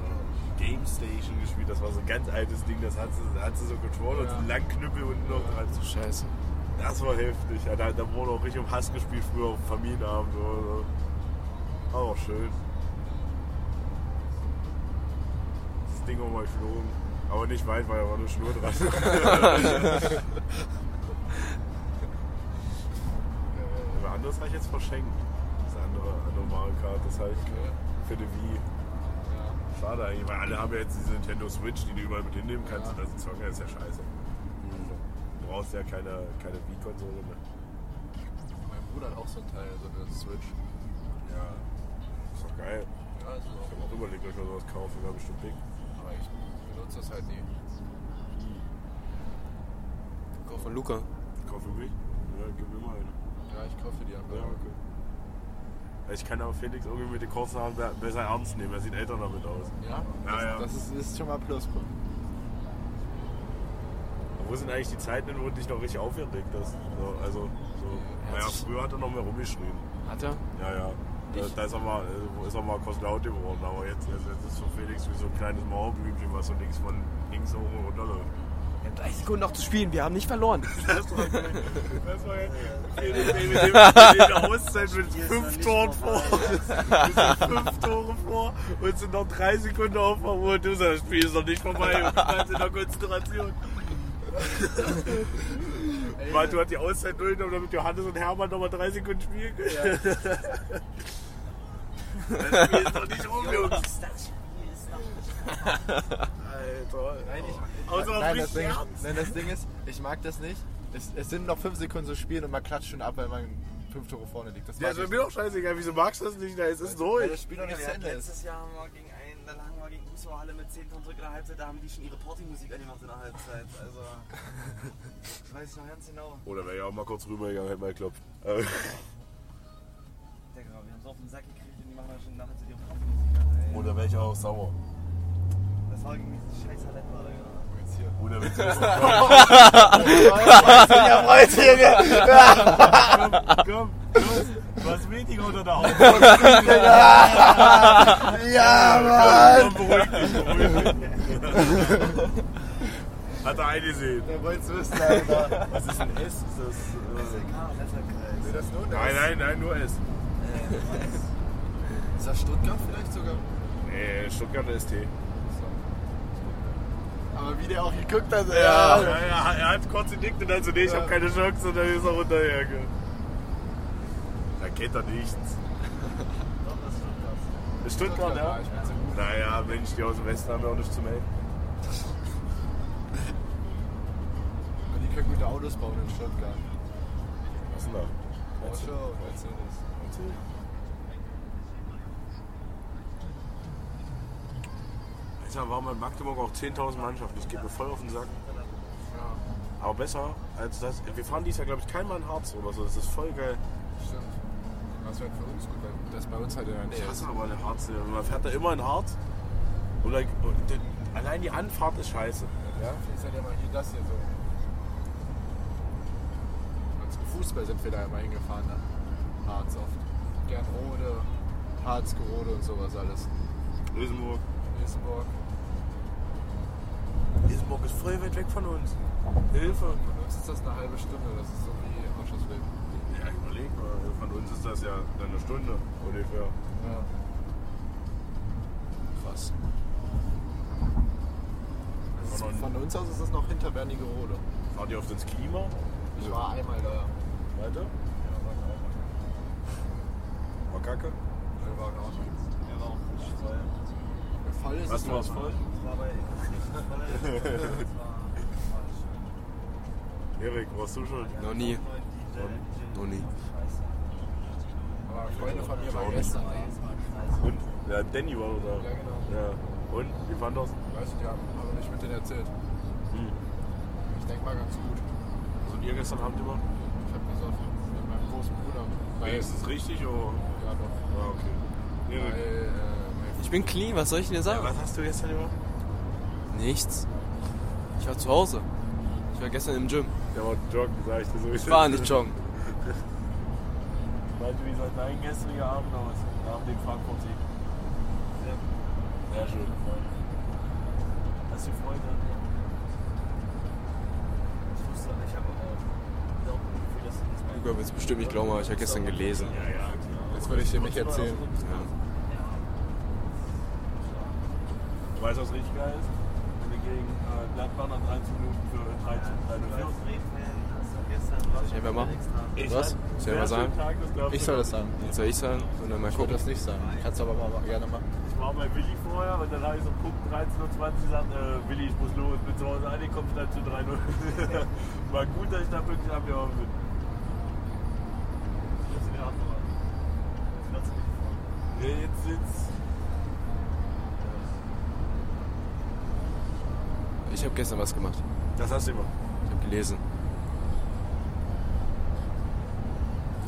C: Game Station gespielt. Das war so ein ganz altes Ding. Das hatte, hatte so
B: Ja.
C: Controller und so einen Langknüppel unten noch dran.
A: Scheiße.
C: Das war heftig. Ja, da, da wurde auch richtig um Hass gespielt früher auf dem Familienabend. Oder so. Auch schön. Das Ding auch mal geflogen. Aber nicht weit, weil da war nur Schnur dran. Aber anderes habe ich jetzt verschenkt. Das andere, andere Mario Kart, das habe ich äh, für die Wii. Schade eigentlich, weil alle haben ja jetzt diese Nintendo Switch, die du überall mit hinnehmen kannst. Und das Zocken ist ja scheiße. Du brauchst ja keine, keine Wii-Konsole mehr.
B: Mein Bruder hat auch so ein Teil, so eine Switch.
C: Ja, ist doch geil.
B: Ja, ist es
C: Ich habe auch überlegt, ob ich mir sowas kaufe. Wäre bestimmt dick.
B: auch. Aber ich benutze das halt nie.
A: Kauf von Luca.
C: Kaufe mich? Ja, gib mir mal eine.
B: Ja, ich kaufe die einfach.
C: Ja, okay. Ich kann aber Felix irgendwie mit den kurzen Haaren be- besser ernst nehmen. Er sieht älter damit aus.
B: Ja?
C: Ja, ja.
B: Das, das ist, ist schon mal Pluspunkt.
C: Wo sind eigentlich die Zeiten, hin, wo du dich noch richtig aufgeregt hast? So, also, so. Naja,
A: sich-
C: früher hat er noch mehr rumgeschrien.
A: Hat er?
C: Ja, ja. Da, da ist er mal, äh, ist er mal Kostlaut geworden, aber jetzt, jetzt, jetzt ist so Felix wie so ein kleines Mauerblümchen, was so links von links oben runterläuft.
A: Wir haben 30 Sekunden noch zu spielen, wir haben nicht verloren.
C: Das war geil. Das war geil. Felix, ey, mit dem- mit der Auszeit mit
D: Hier ist noch
C: fünf
D: nicht
C: Toren vor.
D: vorbei.
C: Wir sind fünf Tore vor und sind noch drei Sekunden auf der Uhr. Du sagst, das Spiel ist noch nicht vorbei. Und wir sind in der Konzentration. Matu hat die Auszeit durchgenommen, damit Johannes und Hermann nochmal drei Sekunden spielen können. Das Spiel ist noch nicht rum, Jungs.
D: Hier ist noch
C: Alter.
B: Nein, ich,
C: Außer
B: nein,
C: auf
B: das ne,
C: richtig
B: Ding,
C: ernst.
B: nein, das Ding ist, ich mag das nicht. Es, es sind noch fünf Sekunden zu spielen und man klatscht schon ab, weil man fünf Tore vorne liegt. Das
C: Ja,
B: mag
C: ist
B: ich.
C: mir doch scheißegal. Wieso magst du das nicht? Na, Es ist
B: Weil
C: durch.
B: das Spiel noch nicht
D: Wir
B: zu
D: hatten
B: Ende ist.
D: letztes Jahr haben wir gegen einen, dann haben wir gegen Usma alle mit 10 Tonnen zurück in der Halbzeit, da haben die schon ihre Partymusik angemacht in der Halbzeit. Also, das weiß ich noch ganz genau.
C: Oder wäre ja auch mal kurz rübergegangen, hätte mal geklopft. Äh,
D: Digga, wir haben so auf den Sack gekriegt und die machen dann schon nachher zu ihrer Partymusik an. ey.
C: Oder wäre ich auch sauer.
D: Das war gegen diese scheiß Hallenbar, Digga.
C: Oder wenn komm, komm, los, was weniger unter der Haut. Ja, Mann! Komm, beruhig dich, beruhig dich. Hat er eingesehen.
B: Der wollt's wissen, Alter.
C: Was ist ein S? Ist das, äh,
D: SLK,
B: Will
D: Lesserkreis.
B: das nur
C: nein, nein, nein, nur S.
B: Ist das Stuttgart vielleicht sogar?
C: Nee, Stuttgart ST.
B: Aber wie der auch geguckt hat,
C: Ja,
B: ja.
C: ja, er hat kurz gedickt und dann so, nee, ich hab keine Chance und dann ist er runtergegangen. Da kennt er nichts.
D: Doch, das stimmt das.
C: Ist Stuttgart, ja?
B: ich bin so gut.
C: Naja, Mensch, die aus dem Westen haben ja auch nichts zu melden.
B: Aber Die können gute Autos bauen in Stuttgart. Oh,
C: Was denn da?
B: Porsche und Mercedes.
C: Alter, warum in Magdeburg auch 10.000 Mannschaften? Das geht mir voll auf den Sack.
B: Ja,
C: Aber besser als das. Wir fahren dieses Jahr, glaube ich, kein Mal in Harz oder so. Das ist voll geil.
B: stimmt. Was wäre für uns gut, weil das bei uns halt in der Nähe
C: Ich
B: ist.
C: hasse aber eine Harz. Man fährt da immer in Harz. Und dann, und dann, allein die Anfahrt ist scheiße.
B: Ja, vielleicht seid ihr mal hier das hier so. Und zum Fußball sind wir da immer hingefahren, ne? Harz oft. Gernrode, Harzgerode und sowas alles.
C: Isenburg.
B: Isenburg.
C: Isenburg ist voll weit weg von uns. Hilfe.
B: Von uns ist das eine halbe Stunde, das ist so wie Ausschussleben.
C: Ja, überleg mal. Von uns ist das ja eine Stunde ungefähr.
B: Ja.
A: Krass.
B: Das
C: Von
B: ist, von uns aus ist das noch hinter Wernigerode.
C: Fahrt ihr oft ins Klima?
B: Ich war einmal da.
C: Weiter? War kacke.
B: Wir waren auch.
D: Der war auch frisch voll.
B: Voll ist
C: Hast
B: es
C: du was
B: noch.
C: voll?
D: Das war bei voll. Das war, das war schön.
C: Erik, warst du schon?
A: Noch nie. Noch nie.
B: Aber Freunde von mir waren gestern da.
C: Und? Ja, Danny war da.
B: Ja, genau.
C: Ja. Und? Wie fand das?
B: Weiß ich, die haben aber nicht mit denen erzählt.
C: Hm.
B: Ich denke mal ganz gut.
C: Was habt Also, ihr gestern Abend gemacht?
B: Ich hab gesoffen mit meinem großen Bruder. Weil,
C: es richtig oder?
B: ja doch.
C: Ah, okay.
B: Weil,
C: Erik.
B: äh, mein
A: Ich bin clean, was soll ich denn
C: Ja,
A: sagen?
C: was hast du gestern gemacht?
A: Nichts. Ich war zu Hause. Ich war gestern im Gym.
C: Der war joggen, sag ich dir so.
A: Ich war nicht joggen.
C: Weil du wie gesagt, dein gestriger Abend aus, nach dem Frankfurt-Sieg.
D: Sehr gut.
C: Sehr schön.
D: Hast du Freunde? Ich wusste, ich habe auch auch ein Gefühl, dass das
A: Hugo wird es bestimmt nicht glauben, aber ich habe gestern gelesen.
C: Ja, ja, klar.
B: Das würde ich dir nicht erzählen.
A: Ja.
C: Du weißt, was richtig geil ist? Wenn wir gegen äh, Gladbach nach 13 Minuten für 13 Minuten
D: Ja,
C: führst.
A: ich einfach machen?
C: Ich
B: Was?
C: hab-
A: Soll ich mal sagen?
C: Tag, das glaubst
B: Ich
C: du
B: soll das
C: nicht.
B: sagen.
A: Jetzt soll ich sein und dann mal
B: Ich
A: gucken.
B: würde das nicht sagen. Kannst du aber mal gerne machen.
C: Ich war bei Willi vorher und dann habe ich so Punkt 13.20 Uhr gesagt, äh, Willi, ich muss los, bin zu Hause Ah, angekommen, stand zu 3-0. war gut, dass ich da wirklich abgehauen bin. Ja, jetzt sitzt.
A: Ich habe gestern was gemacht.
C: Das hast du immer.
A: Ich habe gelesen.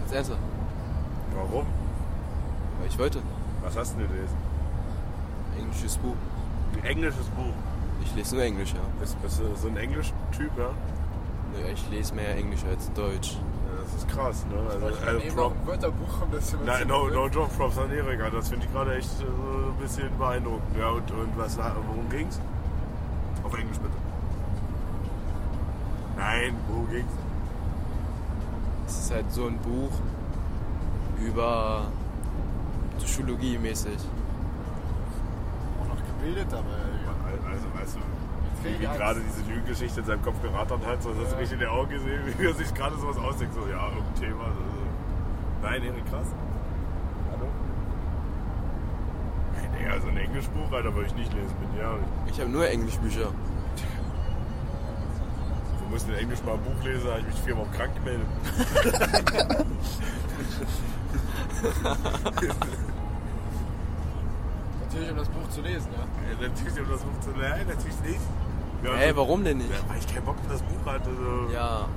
A: Jetzt ernsthaft?
C: Warum?
A: Weil ich wollte.
C: Was hast du denn gelesen?
A: Englisches Buch.
C: Ein englisches Buch.
A: Ich lese nur Englisch, ja.
C: Bist, bist du so ein englischer Typ, ja?
A: Nee, Ich lese mehr Englisch als Deutsch.
C: Ja, Das ist krass, ne? Also, also, Prop-
B: Wörterbuch kommt das
C: Nein, no, no joke, Props an Erika. Das finde ich gerade echt äh, so ein bisschen beeindruckend. Ja, und, und was, äh, worum ging's? Auf Englisch bitte. Nein, worum ging's?
A: Es ist halt so ein Buch über Psychologie mäßig.
B: Auch noch gebildet dabei.
C: Also, weißt du, wie gerade diese Lügengeschichte in seinem Kopf gerattert hat, so hast du richtig in den Augen gesehen, wie er sich gerade sowas ausdenkt. So, ja, irgendein Thema. so, so. Nein, Erik, krass. Hallo? Nein, Digga, so ein Englischbuch, Alter, würde ich nicht lesen, bin ja.
A: Ich habe nur Englischbücher.
C: Wir mussten in Englisch mal ein Buch lesen, da habe ich mich viermal krank gemeldet.
B: Natürlich, um das Buch zu lesen, ja.
C: Ja, natürlich, um das Buch zu lernen, natürlich nicht. Ja,
A: Hey, warum denn nicht?
C: Ja, weil ich keinen Bock auf das Buch hatte. So.
A: Ja,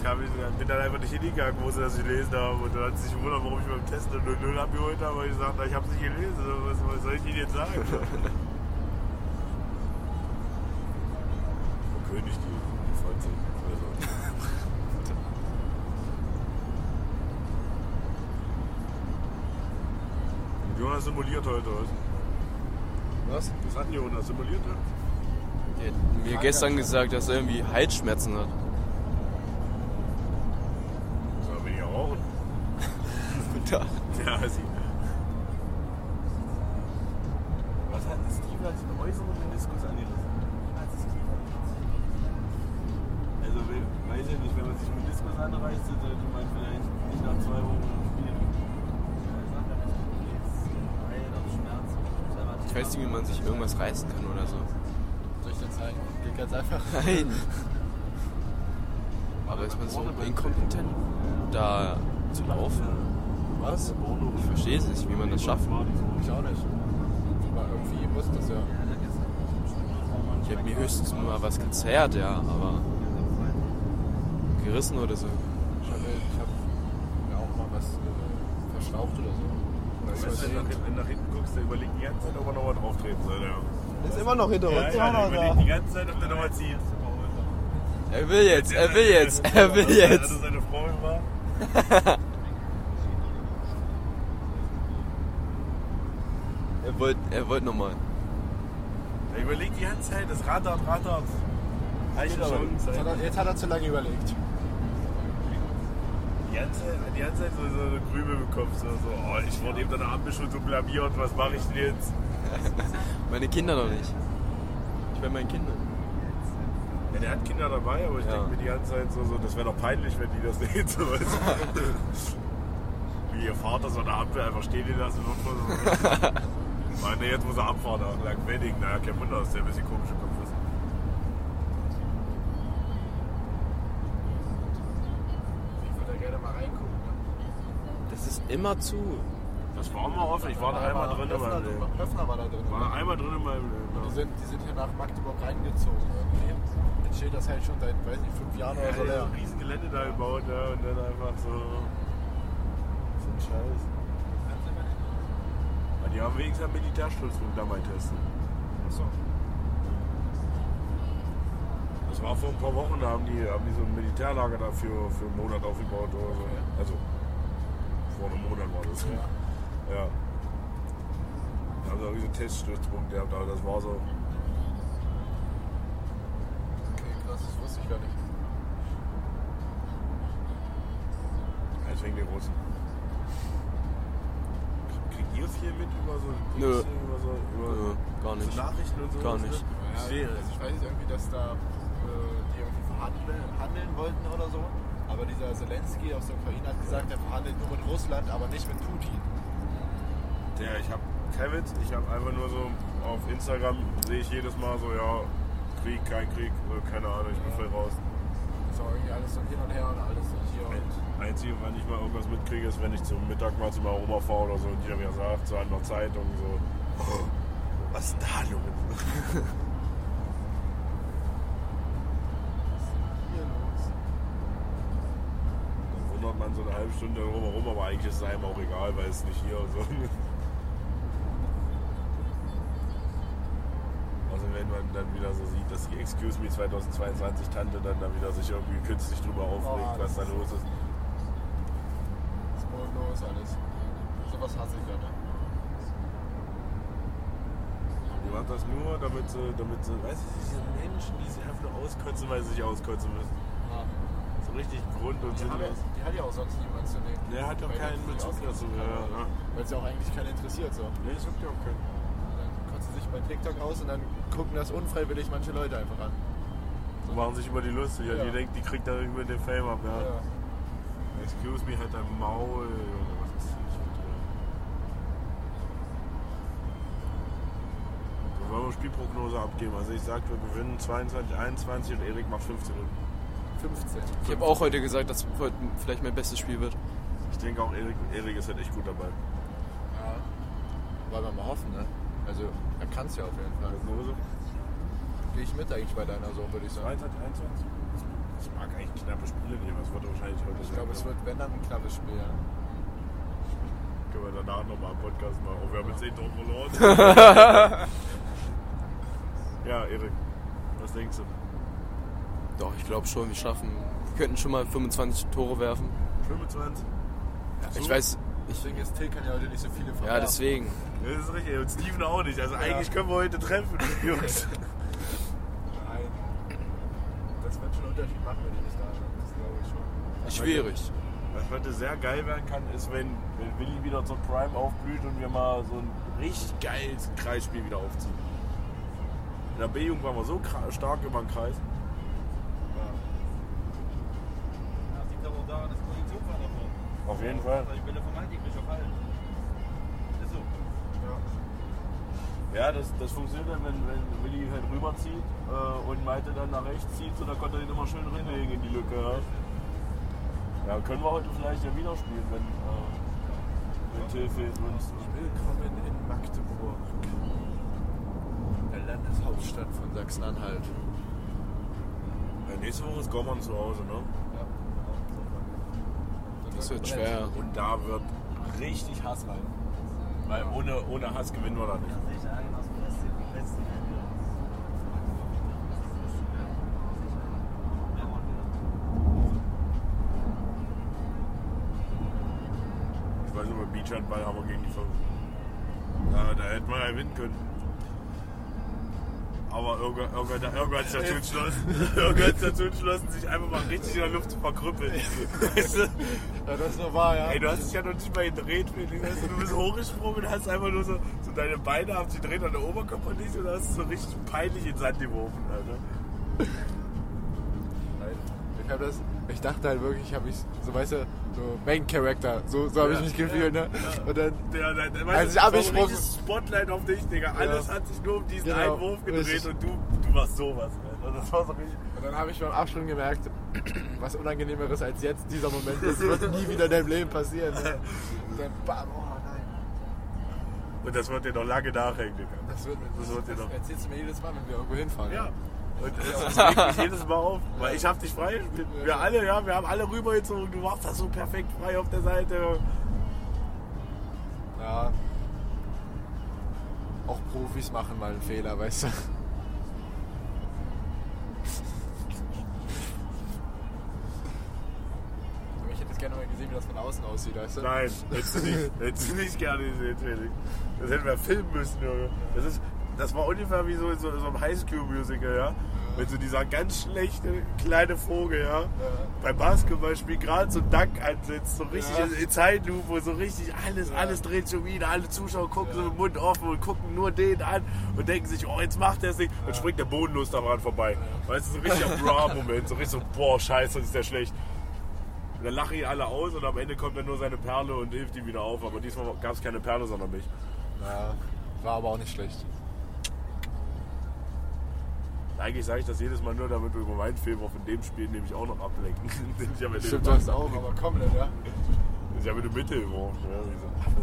C: Ich hab, bin dann einfach nicht hingegangen, wusste, dass ich gelesen habe. Und dann hat sie sich gewundert, warum ich beim Test eine 0-0 abgeholt habe. Und ich sagte, ich habe es nicht gelesen. So, Was, was soll ich Ihnen jetzt sagen? König, die, die freut sich. Also. Jonas simuliert heute. was?
B: Was?
C: Was hat denn Jonas simuliert? Ne?
A: der hat mir gestern gesagt, dass er irgendwie Halsschmerzen hat.
C: Sollen wir die auch rauchen?
A: Da.
C: Ja, sie. Was hat denn Steve als einen äußeren Meniskus angerissen? Also, we- weiß ich nicht, wenn man sich einen Meniskus anreißt, dann sollte man vielleicht nicht nach zwei Wochen spielen.
A: Ich weiß nicht, wie man sich irgendwas reißen kann oder so.
B: Soll ich dir zeigen? Geht ganz einfach.
A: Nein. Aber ist man so inkompetent, da zu laufen?
B: Was?
A: Ich verstehe es nicht, wie man das schafft.
B: Ich auch nicht. Aber irgendwie muss das ja.
A: Ich habe mir höchstens mal was gezerrt, ja, aber gerissen oder so.
B: Ich habe ich hab mir auch mal was äh, verschraubt oder so.
C: Weißt du, wenn du nach hinten- wenn du nach hinten guckst, der überlegt die ganze Zeit, ob er nochmal drauf treten soll. Ja,
B: Ist immer noch hinter
C: ja, ja der überlegt die ganze Zeit, ob der nochmal zieht.
A: Er will jetzt, er will jetzt, er will jetzt.
C: Also seine Frau war.
A: Er wollte er wollt nochmal.
C: Der überlegt die ganze Zeit, das rattert, rattert. Eiche schon.
B: Jetzt hat, er, jetzt hat er zu lange überlegt.
C: Die ganze, die ganze Zeit so, so eine Grübel bekommen. So, so, oh, ich wurde eben an der Ampel schon so blamiert, was mache ich denn jetzt?
A: Meine Kinder noch nicht. Ich bei meinen Kindern.
C: Ja, der hat Kinder dabei, aber ich
A: Ja.
C: denke mir die ganze Zeit so, so das wäre doch peinlich, wenn die das sehen. So, weißt du? Wie ihr Vater so an der Ampel einfach stehen gelassen wird. So. Meine, jetzt muss er abfahren, nach Lang Wedding. Naja, kein Wunder, dass der ein bisschen komisch im Kopf ist.
B: Ich würde da gerne mal reingucken.
A: Das ist immer zu.
C: Das war mal offen, ich war da einmal drin.
B: Höfner,
C: Aber,
B: Höfner war da drin.
C: war da einmal drin in meinem Leben.
B: Die sind, die sind hier nach Magdeburg reingezogen. Irgendwie. Jetzt steht das halt schon seit, weiß nicht, fünf Jahren
C: Ja,
B: oder so.
C: so
B: leer.
C: ein riesen Gelände da gebaut ja, und dann einfach so.
B: So ein Scheiß.
C: Aber die haben wenigstens einen Militärstützpunkt dabei testen. Das war vor ein paar Wochen, da haben die, haben die so ein Militärlager dafür für einen Monat aufgebaut oder so. Also vor einem Monat war das.
B: Ja.
C: Ja. haben sie irgendwie so einen Teststützpunkt gehabt, aber das war so.
B: Okay, krass, das wusste ich gar nicht.
C: Also wegen den Russen. Kriegt ihr viel mit über so
A: Nö.
C: Dienste, über so, über
A: Nö, gar
C: so
A: nicht.
C: Nachrichten und so?
A: Gar nicht.
C: Ich
B: Ja,
C: sehe
B: also ich weiß nicht, irgendwie, dass da äh, die irgendwie verhandeln handeln wollten oder so. Aber dieser Zelensky aus der Ukraine hat gesagt, er verhandelt nur mit Russland, aber nicht mit Putin.
C: Ja, ich hab kein Witz, ich hab einfach nur so auf Instagram sehe ich jedes Mal so, ja, Krieg, kein Krieg, äh, keine Ahnung, ich bin voll raus.
B: Das war irgendwie alles so hin und her und alles und hier und.
C: Einzige, wenn ich mal irgendwas mitkriege, ist, wenn ich zum Mittag mal zu meiner Oma fahre oder so und die dann wieder sagt, so an der Zeitung so, oh, was ist denn da los?
B: Hier los.
C: Dann wundert man so eine halbe Stunde drumherum, aber eigentlich ist es einem auch egal, weil es nicht hier und so. Also wenn man dann wieder so sieht, dass die Excuse Me 2022 Tante dann da wieder sich irgendwie künstlich drüber aufregt,
B: Oh,
C: was da
B: das
C: los ist.
B: Das ist wohl los alles. Sowas hasse ich gerade.
C: Die macht das nur, damit sie, damit sie, weißt du, diese Menschen, die sich einfach nur auskotzen, weil sie sich auskotzen müssen.
B: Ja.
C: So richtig grund und
B: Die, haben ja,
C: sinnlos.
B: die hat ja auch sonst niemand zu nehmen.
C: Der hat doch
B: Weil
C: keinen
B: die
C: Bezug
B: auch-
C: dazu. Ja, ja.
B: Weil es ja auch eigentlich keinen interessiert so.
C: Nee, das juckt ja auch keinen.
B: Dann kotzen sich bei TikTok aus und dann gucken das unfreiwillig manche Leute einfach an.
C: So machen sich über die lustig. Ja.
B: Ja.
C: Die denkt, die kriegt da irgendwie den Fame ab. Ja.
B: Ja.
C: Excuse me, halt dein Maul. Junge, was ist das mit dir? Wir wollen eine Spielprognose abgeben. Also ich sag, wir gewinnen 22, 21 und Erik macht 15.
B: 15.
A: Ich habe auch heute gesagt, dass heute vielleicht mein bestes Spiel wird.
C: Ich denke auch, Erik, Erik ist halt echt gut dabei.
B: Ja. Wollen wir mal hoffen, ne? Also, er kann es ja auf jeden Fall.
C: Prognose?
B: Gehe ich mit eigentlich bei deiner so, würde ich sagen.
C: 22, 21? Ich mag eigentlich knappe Spiele nehmen. Das wird wahrscheinlich heute
B: Ich
C: sein,
B: glaube, es
C: ja.
B: wird, wenn dann, ein knappes Spiel. ja.
C: Können wir danach nochmal einen Podcast machen. Oh, wir haben jetzt 10 Euro verloren. ja, Erik, was denkst du?
A: Doch, ich glaube schon, wir schaffen. Wir könnten schon mal 25 Tore werfen.
C: 25?
A: Ich weiß, ich,
B: Deswegen ist Till kann ja heute nicht so viele
A: ja,
B: verwerfen.
A: deswegen.
C: Das ist richtig. Und Steven auch nicht. Also eigentlich können wir heute treffen, Jungs.
B: Nein. Das wird schon einen Unterschied machen, wenn ihr nicht da seid. Das glaube ich schon.
A: Ist schwierig.
C: Was heute sehr geil werden kann, ist, wenn, wenn Willi wieder zur Prime aufblüht und wir mal so ein richtig geiles Kreisspiel wieder aufziehen. In der B-Jugend waren wir so kra- stark über den Kreis.
D: Das liegt aber auch daran, dass die Zug war davor.
C: Auf jeden Fall.
D: Ich bin der vermeintlich nicht auf Hallen. Ist so.
C: Ja, das, das funktioniert dann, wenn, wenn Willi halt rüberzieht äh, und Malte dann nach rechts zieht, so, dann konnte er den immer schön reinlegen in die Lücke. Ja. ja, können wir heute vielleicht ja wieder spielen, wenn, äh, wenn Till fehlt und
B: Willkommen in Magdeburg. Der Landeshauptstadt von Sachsen-Anhalt.
C: Ja, nächste Woche ist Gommern zu Hause, ne?
A: Das wird schwer.
C: Und da wird richtig Hass rein. Weil ohne, ohne Hass gewinnen wir da nicht.
D: Das ist ja genau so, dass die letzten Hände.
C: Ich weiß nicht, bei Beachhandball haben wir gegen die Fünf. Ja, da hätten wir ja gewinnen können. Aber irgendwann irgendwann- irgendwann hat's dazu entschlossen, irgendwann hat's dazu entschlossen, sich einfach mal richtig in der Luft zu verkrüppeln. Weißt du?
B: Ja, das ist nur wahr, ja.
C: Ey, du hast dich ja noch nicht mal gedreht, Felix. Weißt du, du bist hochgesprungen und hast einfach nur so, so deine Beine haben sich gedreht an der Oberkörper nicht und hast so richtig peinlich in den Sand geworfen, Alter.
B: Ich hab das, ich dachte halt wirklich, ich habe mich, so weißt du, so Main Character, so, so habe ich mich gefühlt, ne? Und dann,
C: Der, der, der,
B: Als ich
C: weißt du, so ein
B: abgesprungen-
C: richtiges Spotlight auf dich, Digga. Alles
B: Ja.
C: hat sich nur um diesen
B: Genau.
C: einen Wurf gedreht
B: Richtig.
C: und du, du warst sowas, Alter. Das war so richtig.
B: und dann habe ich beim Abschluss gemerkt, was Unangenehmeres als jetzt dieser Moment ist, wird nie wieder in deinem Leben passieren. Ne? Und dann, bam, oh nein.
C: Und das wird dir noch lange nachhängen, Digga.
B: Das, wird,
C: Das
B: das,
C: wird dir
B: das
C: noch-
B: erzählst du mir jedes Mal, wenn wir irgendwo hinfahren.
C: Ja.
B: ne?
C: Und das regt mich jedes Mal auf, weil ich hab dich frei. Wir alle, ja, wir haben alle rübergezogen. Du warst da so perfekt frei auf der Seite.
B: ja. Auch Profis machen mal einen Fehler, weißt du. Mich hätte jetzt gerne mal gesehen, wie das von außen aussieht, weißt du?
C: Nein, hättest du nicht, hättest du nicht gerne gesehen, Felix. Das hätten wir filmen müssen, Junge. Das, ist, das war ungefähr wie so in so, so einem Highschool-Musical, ja? Wenn so dieser ganz schlechte kleine Vogel, ja, beim Basketballspiel gerade so einen Dank ansetzt, so richtig
B: Ja.
C: in, in Zeitlupe, so richtig alles, alles dreht schon wieder, alle Zuschauer gucken so mit dem Mund offen und gucken nur den an und denken sich, oh, jetzt macht er es nicht. Dann springt der bodenlos daran vorbei. Weißt du, so ein richtiger Bra-Moment, so richtig so, boah, scheiße, das ist der schlecht. Und dann lachen ihn alle aus und am Ende kommt dann nur seine Perle und hilft ihm wieder auf. Aber diesmal gab es keine Perle, sondern mich.
B: Ja, war aber auch nicht schlecht.
C: Eigentlich sage ich das jedes Mal nur, damit wir über meinen Februar von dem Spiel nämlich auch noch ablenken. den ich habe
B: Stimmt, du hast auch, aber komplett, ja.
C: Ich habe eine Mitte gebrochen. Ja, also.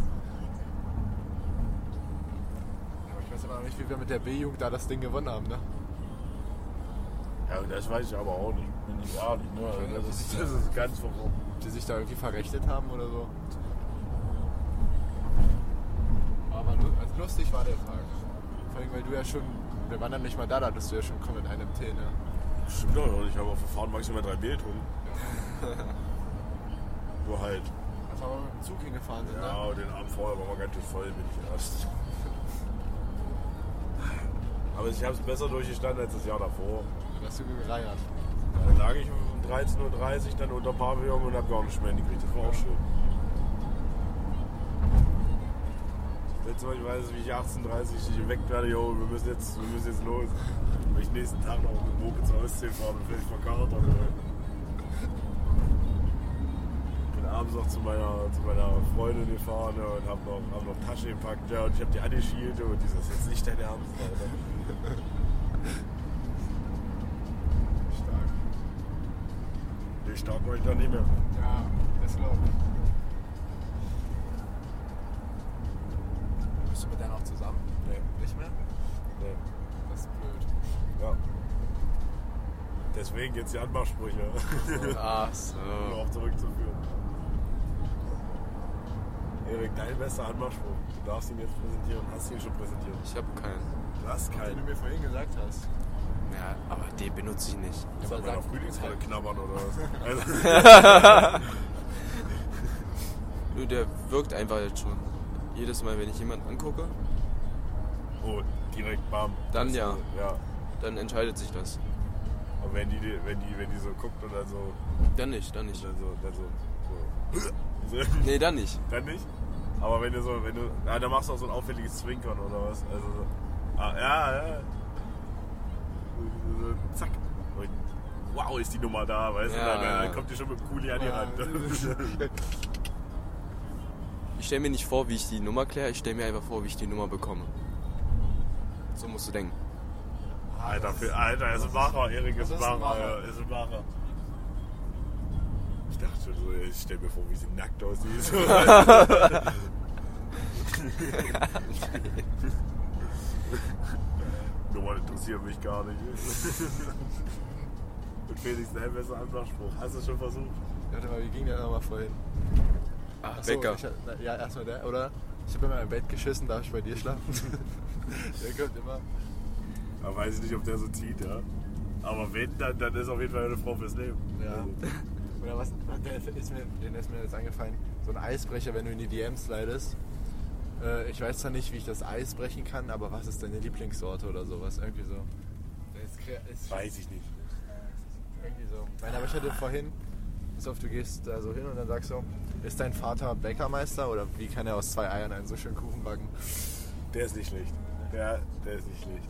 B: Aber ich weiß immer noch nicht, wie wir mit der B-Jugend da das Ding gewonnen haben, ne?
C: ja, und das weiß ich aber auch nicht. Bin ich ehrlich. Ne? Also Das, ist, das ist ganz verrückt.
B: Ob die sich da irgendwie verrechnet haben oder so. Aber lu- also lustig war der Tag. Vor allem, weil du ja schon, wir waren dann nicht mal da, da hattest du ja schon komplett einen im Tee, ne?
C: Stimmt doch. Und ich habe auf Verfahren maximal drei Bier getrunken. nur halt.
B: Als wir mal mit dem Zug hingefahren sind,
C: Ja,
B: ne?
C: und den Abend vorher war man ganz schön voll, bin ich erst. Aber ich habe es besser durchgestanden als das Jahr davor.
B: Da hast du gereiert.
C: Dann lag ich um 13.30 Uhr dann unter Pavillon und hab gar nicht mehr hingekriegt. Das war auch schön. Das letzte Mal, ich weiß, wie ich 18.30 Uhr geweckt werde, yo, wir müssen jetzt, wir müssen jetzt los. Weil ich nächsten Tag noch mit Moke zur Ostsee fahre und vielleicht verkatert habe. Bin abends noch zu meiner, zu meiner Freundin gefahren ja, und hab noch, hab noch Tasche gepackt ja, und ich hab die angeschielt ja, und die sagt, jetzt nicht dein Ernst, Alter.
B: Stark.
C: Nee, stark war ich dann nicht mehr.
B: Ja, das glaube ich. Bist du mit der noch zusammen?
C: Nee,
B: Nicht mehr?
C: nee.
B: Das ist blöd.
C: Ja. Deswegen jetzt die Anmachsprüche,
B: Ach so.
C: um darauf zurückzuführen. Erik, dein bester Anmachspruch. Du darfst ihn jetzt präsentieren. Hast ihn schon präsentiert.
A: Ich habe keinen.
C: Lass
B: Den du
C: keinen.
B: mir vorhin gesagt hast.
A: Ja, aber den benutze ich nicht.
C: Jetzt
B: Aber
C: soll man
B: sag-
C: auf Frühlingsfalle knabbern oder was? Also,
A: Nur der wirkt einfach jetzt schon. Jedes Mal, wenn ich jemanden angucke,
C: oh, direkt bam.
A: Dann
C: Das-
A: ja.
C: Ja.
A: dann entscheidet sich das.
C: Und wenn die, wenn die, wenn die so guckt und dann so,
A: Dann nicht, dann nicht.
C: dann so, dann so, so. so.
A: Nee, dann nicht.
C: Dann nicht. Aber wenn du so, wenn du. Ja, dann machst du auch so ein auffälliges Zwinkern oder was. Also so. Ah, ja, ja. So, so, zack. Und wow, ist die Nummer da, weißt
A: Ja.
C: du? Dann, dann kommt die schon mit dem Kuli an die
B: Ja.
C: Hand.
A: Ich stelle mir nicht vor, wie ich die Nummer kläre, ich stelle mir einfach vor, wie ich die Nummer bekomme. So musst du denken.
C: Alter, für, Alter, er ist ein Macher, Erik ist
B: Das
C: ein
B: ist ein
C: Macher.
B: Macher.
C: ja, ist ein Macher. Ich dachte schon so, ich stell mir vor, wie sie nackt aussieht. So, Nummern interessieren mich gar nicht. Und Felix, dein bester Anmachspruch. Hast du es schon versucht?
B: Warte mal, wie ging der nochmal vorhin?
A: Ach,
B: Achso,
A: Bäcker.
B: ich- na, ja, erstmal der, oder? Ich habe immer im Bett geschissen, darf ich bei dir schlafen? der kommt immer.
C: Aber weiß ich nicht, ob der so zieht, ja. Aber wenn, dann, dann ist auf jeden Fall eine Frau fürs Leben. Also,
B: Ja. Oder was? Der ist mir, den ist mir jetzt angefallen. So ein Eisbrecher, wenn du in die DMs leidest. Äh, ich weiß zwar nicht, wie ich das Eis brechen kann, aber was ist deine Lieblingssorte oder sowas? Irgendwie so. Der Ist, kre- ist
C: Weiß ich nicht.
B: irgendwie so. Nein, aber ich hatte vorhin, pass auf, du gehst da so hin und dann sagst du, ist dein Vater Bäckermeister oder wie kann er aus zwei Eiern einen so schönen Kuchen backen?
C: Der ist nicht schlecht. Der, der ist nicht schlecht.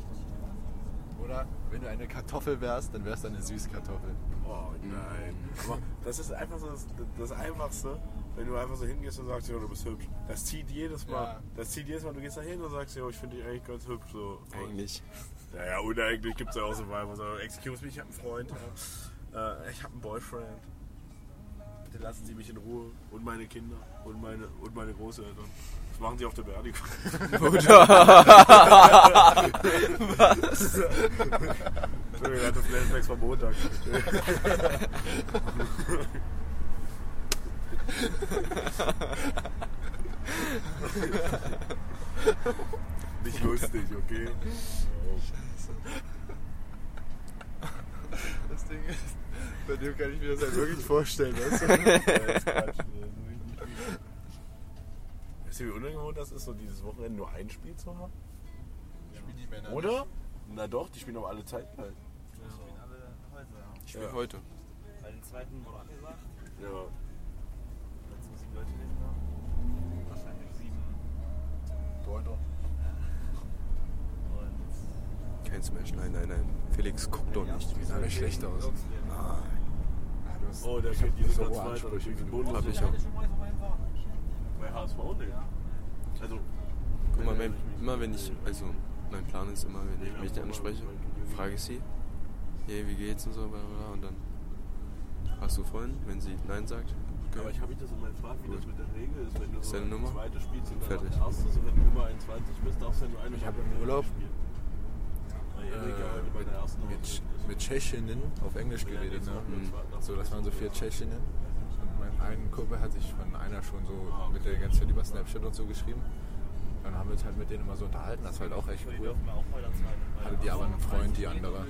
B: Oder wenn du eine Kartoffel wärst, dann wärst du eine Süßkartoffel.
C: Oh nein. Aber das ist einfach so das, das Einfachste, wenn du einfach so hingehst und sagst, jo, du bist hübsch. Das zieht jedes Mal.
B: Ja.
C: Das zieht jedes Mal, du gehst da hin und sagst, jo, ich finde dich eigentlich ganz hübsch. So.
A: Eigentlich.
C: Naja, und eigentlich gibt es ja auch so Weiber. So, excuse me, ich habe einen Freund. Ja. Äh, ich habe einen Boyfriend. Bitte lassen Sie mich in Ruhe. Und meine Kinder. Und meine, und meine Großeltern. Das machen sie auf der Beerdigung. Entschuldigung, ich hatte Flashbacks vom Montag. Nicht lustig, okay?
B: Das Ding ist, Bei dem kann ich mir das halt wirklich vorstellen, weißt du?
C: Weißt du, wie unangenehm das ist, so dieses Wochenende nur ein Spiel zu haben?
B: Spielen die Männer
C: Oder? Na doch, die spielen aber alle Zeit gleich.
D: Wir spielen alle heute.
A: Ich spiele
C: Ja.
A: heute.
D: Bei den zweiten wurde angesagt,
C: Ja.
D: jetzt muss ich Leute lesen haben. Wahrscheinlich sieben.
B: nicht? Deuter.
D: Und
A: Kein Smash, nein, nein, nein. Felix, guck doch nicht.
B: sah der schlecht aus?
A: Ah,
B: Ah, du hast-
C: Oh, der
B: ich hab
C: geht die
B: nicht so hohe
C: sogar zweiter oder
B: Ansprüche.
C: irgendwie Bonus.
A: hab ich auch.
C: Bei HSV nicht. Also,
A: Guck mal, wenn, immer wenn ich, also mein Plan ist immer, wenn ich mich anspreche, frage ich sie, hey, wie geht's und so, bla, bla, bla, und dann hast du Freunde, wenn sie Nein sagt,
C: Aber ich habe mich das immer gefragt, wie das
A: Gut.
C: mit der Regel ist, wenn du
A: Ist
C: so
A: deine Nummer?
C: ein zweites spielst und dann
A: Fertig.
C: ein erstes und wenn du über 21 bist, darfst du ja nur eine
B: Ich hab
C: Runde
B: im Urlaub,
C: spielen. Weil Erik ja
B: äh,
C: heute bei der ersten Runde
B: mit,
C: ist.
B: mit Tschechinnen auf Englisch
C: Ja,
B: geredet.
C: jetzt
B: Ne?
C: auch mit
A: Mhm.
C: zweiter-
B: So, das waren so vier Tschechinnen. Und mein einen Kumpel hat sich von einer schon so
C: Ah,
B: mit der ganze Zeit über Snapchat und so geschrieben. Dann haben wir uns halt mit denen immer so unterhalten. Das ist halt auch echt cool. Hatte die aber einen Freund, die andere.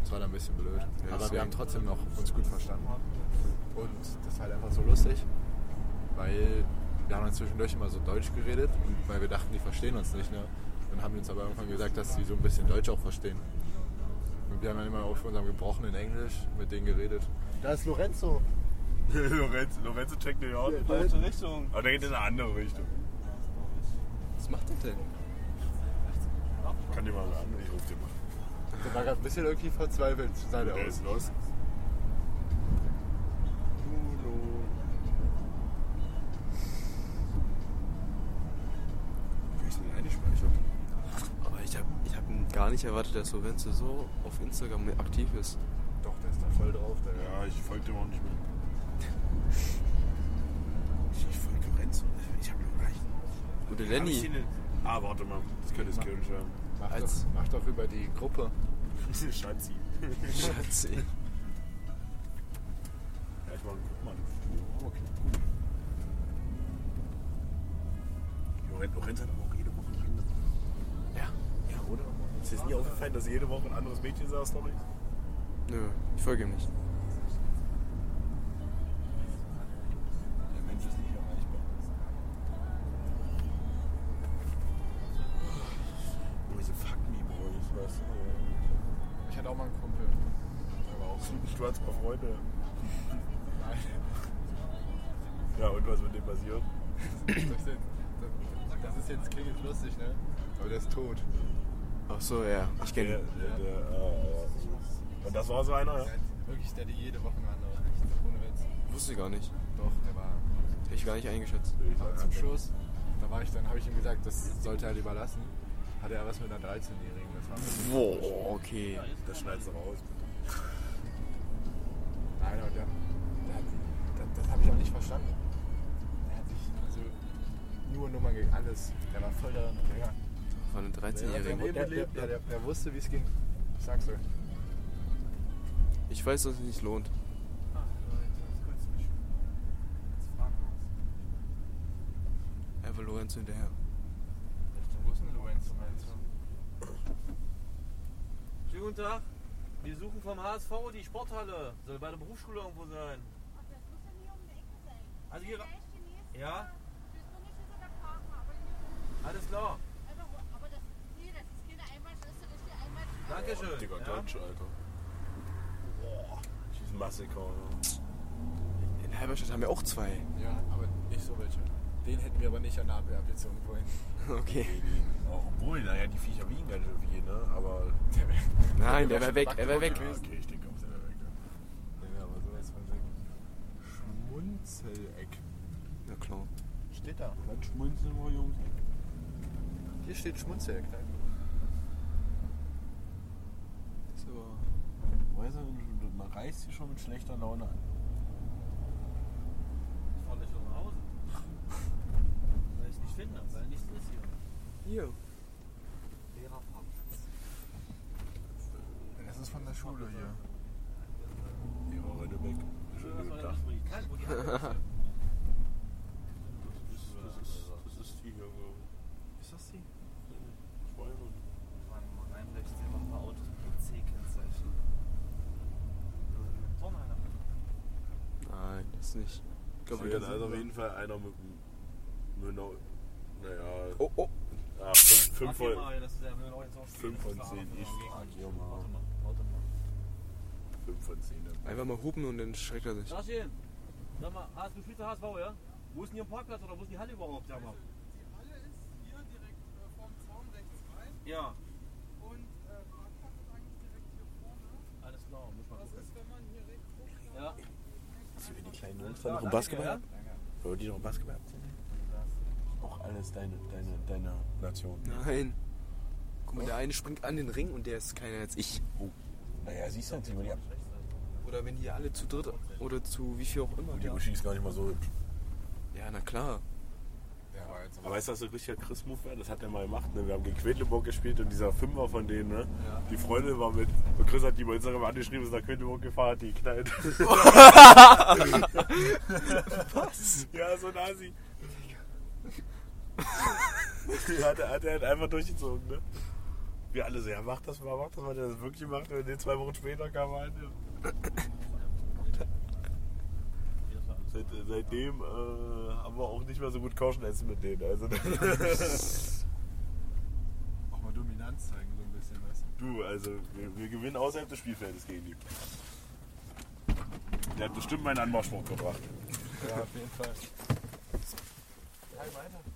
B: Das war dann ein bisschen blöd. aber wir haben trotzdem noch uns gut verstanden. Und das war halt einfach so lustig, weil wir haben dann zwischendurch immer so Deutsch geredet, und weil wir dachten, die verstehen uns nicht. Ne? Dann haben die uns aber irgendwann gesagt, dass sie so ein bisschen Deutsch auch verstehen. Und wir haben dann immer auf unserem gebrochenen Englisch mit denen geredet. Da ist Lorenzo.
C: Lorenzo, Lorenzo checkt New York.
D: Falsche Richtung.
C: Aber der geht in eine andere Richtung.
A: was macht der denn?
C: Kann dir mal sagen, ich ruf dir mal.
B: Der war gerade ein bisschen irgendwie verzweifelt, sah der
C: Der
B: aus.
C: ist los. Wie ist denn eingespeichert?
A: Aber ich habe ich hab gar nicht erwartet, dass Lorenzo so auf Instagram aktiv ist.
B: Doch, der ist da voll drauf. Der
C: Ja, ich folge dem auch nicht mehr. Ich, ich folge Lorenzo. Ich habe ihn gleich.
A: Oder
C: Hab ich
A: Lenny.
C: den- Ah, warte mal. Das könnte es Kirchen schreiben.
B: Mach, doch,
A: Als-
B: mach doch über die Gruppe.
C: Schatzi.
A: Schatz, ey.
C: Ja, ich mach einen Guckmann. Oh,
B: Okay.
C: Lorenz, Lorenz hat aber auch jede Woche ein anderes.
A: Ja.
C: Ja, oder? Ist dir das nie aufgefallen, dass jede Woche ein anderes Mädchen saß, Story?
A: Nö, ich folge ihm nicht.
C: Der Mensch ist nicht erreichbar. Oh, diese Fuck Me Boys, weißt du?
B: Ich hatte auch mal einen Kumpel. Der war auch so.
C: Du hast ein paar Freunde.
B: Nein.
C: Ja, und was mit dem passiert?
B: Das, das ist jetzt klingelt lustig, ne? Aber der ist tot.
A: Ach so, ja. Ich
C: Der,
A: kenne
C: der, der, äh, äh, und das war so einer, ja?
B: Wirklich, der die jede Woche eine andere. Ohne Witz.
A: Wusste gar nicht.
B: Doch, der war
A: Hätte ich gar nicht eingeschätzt.
C: Würde ich
B: war
C: sagen,
B: zum
C: hat er.
B: Schluss. Da war ich dann, habe ich ihm gesagt, das sollte er lieber lassen. Hatte er was mit einer 13-Jährigen. Das war
A: Boah, okay.
C: Das schneidest du raus.
B: Nein, aber der, der hat, das, das habe ich auch nicht verstanden. Der hat sich also nur Nummern gegen alles. Der war voll der Gänger.
A: Von einem
B: Der, der,
A: 13-Jährigen.
B: der, der, der, der wusste, wie es ging. Ich sag's euch.
A: Ich weiß, dass es nicht lohnt. Einfach Lorenzo hinterher.
D: Schönen guten Tag. Wir suchen vom HSV die Sporthalle. Soll bei der Berufsschule irgendwo sein. Also hier. Ja, alles klar. Dankeschön.
C: Digga,
D: ja?
C: Deutsch, Alter. Boah, das ist ein Massaker.
A: In Halberstadt haben wir auch zwei.
B: Ja, aber nicht so welche. Den hätten wir aber nicht an der Abwehr abgezogen vorhin.
A: Okay.
C: Auch obwohl, naja, die Viecher wiegen ganz schön viel, ne? Aber.
B: Der wäre
A: Nein, der war weg, er war weg.
C: Ja, okay, ich denke auch, der wäre weg. ja.
B: aber sowas von weg. Schmunzeleck.
A: Na klar.
B: Steht da.
C: Dann schmunzeln wir, Jungs.
B: Hier steht Schmunzeleck. ne?
A: So.
C: Weißt du, man reißt sie schon mit schlechter Laune an.
D: Ich fahre gleich nach Hause. Weil ich nicht finde, weil nichts ist hier.
A: Hier.
D: Lehrerparkplatz.
B: Das ist von der Schule hier.
C: Die war heute weg.
D: Schön,
C: Schönen
D: dass
C: guten
D: man
C: Tag.
D: nicht riecht. Nein, wo die Hand ist.
C: Das ist, das ist, das ist die hier.
B: Ist das die?
C: Schweine.
D: Mann, Mann, ein Blech, der macht mal Autos mit C-Kennzeichen.
A: jetzt nicht. Ich glaub,
C: So,
A: wir
C: jetzt
A: sind-
C: also auf jeden Fall einer mit einem 0 Naja,
A: Oh, oh.
C: ja, 5
D: Warte
C: von.
D: mal, das ist ja wenn wir heute noch spielen,
C: Fünf von
D: das ist
C: zehn
D: eine
C: ist
D: Frage.
C: Agio mal.
D: Warte mal, warte mal.
C: 5 von 10.
A: Einfach mal hupen und dann schreckt er sich.
E: Sascha, sag mal, hast du spielst der HSV, ja? Wo ist denn hier ein Parkplatz oder wo ist die Halle überhaupt? Sag mal.
F: Halle ist hier direkt äh, vorm Zaun rechts rein
E: Ja,
F: und äh, Parkplatz ist eigentlich direkt hier vorne.
E: alles klar, muss mal
F: Das
E: gucken.
F: ist, wenn man hier rechts guckt, dann
E: Ja,
C: Sind wir die kleinen Jungs
E: Ja,
C: da noch im
E: danke,
C: Basketball?
E: ja.
C: ab? Wollen die noch im Basketball abziehen? Auch alles deine, deine, deine Nation.
A: Nein. Oh. Guck mal, der eine springt an den Ring und der ist keiner als ich.
C: Naja, siehst du, dann ziehen wir die ab.
A: Oder wenn die alle zu dritt oder zu wie viel auch immer.
C: Die Uschi ist gar nicht mal so hübsch.
A: Ja, na klar.
B: Der war jetzt aber.
C: Aber weißt du, was so ein richtiger Chris-Move wäre? Das hat er mal gemacht. Ne? Wir haben gegen Quedlinburg gespielt und dieser Fünfer von denen, ne? die Freundin war mit. Und Chris hat die bei Instagram angeschrieben, ist nach Quedlinburg gefahren, hat die geknallt. was? Ja, so ein Asi. hat, er- hat er halt einfach durchgezogen. Ne? Wir alle so, ja, mach das mal, mach das mal. Der hat das wirklich gemacht und den zwei Wochen später kam er an. Ja. Seit, seitdem äh, haben wir auch nicht mehr so gut Kauschen essen mit denen. Also,
B: Auch mal Dominanz zeigen, so ein bisschen, weißt du?
C: Du, also wir, wir gewinnen außerhalb des Spielfeldes gegen die. Der hat bestimmt meinen Anmarschspruch gebracht.
B: Ja, auf jeden Fall. Hi, weiter.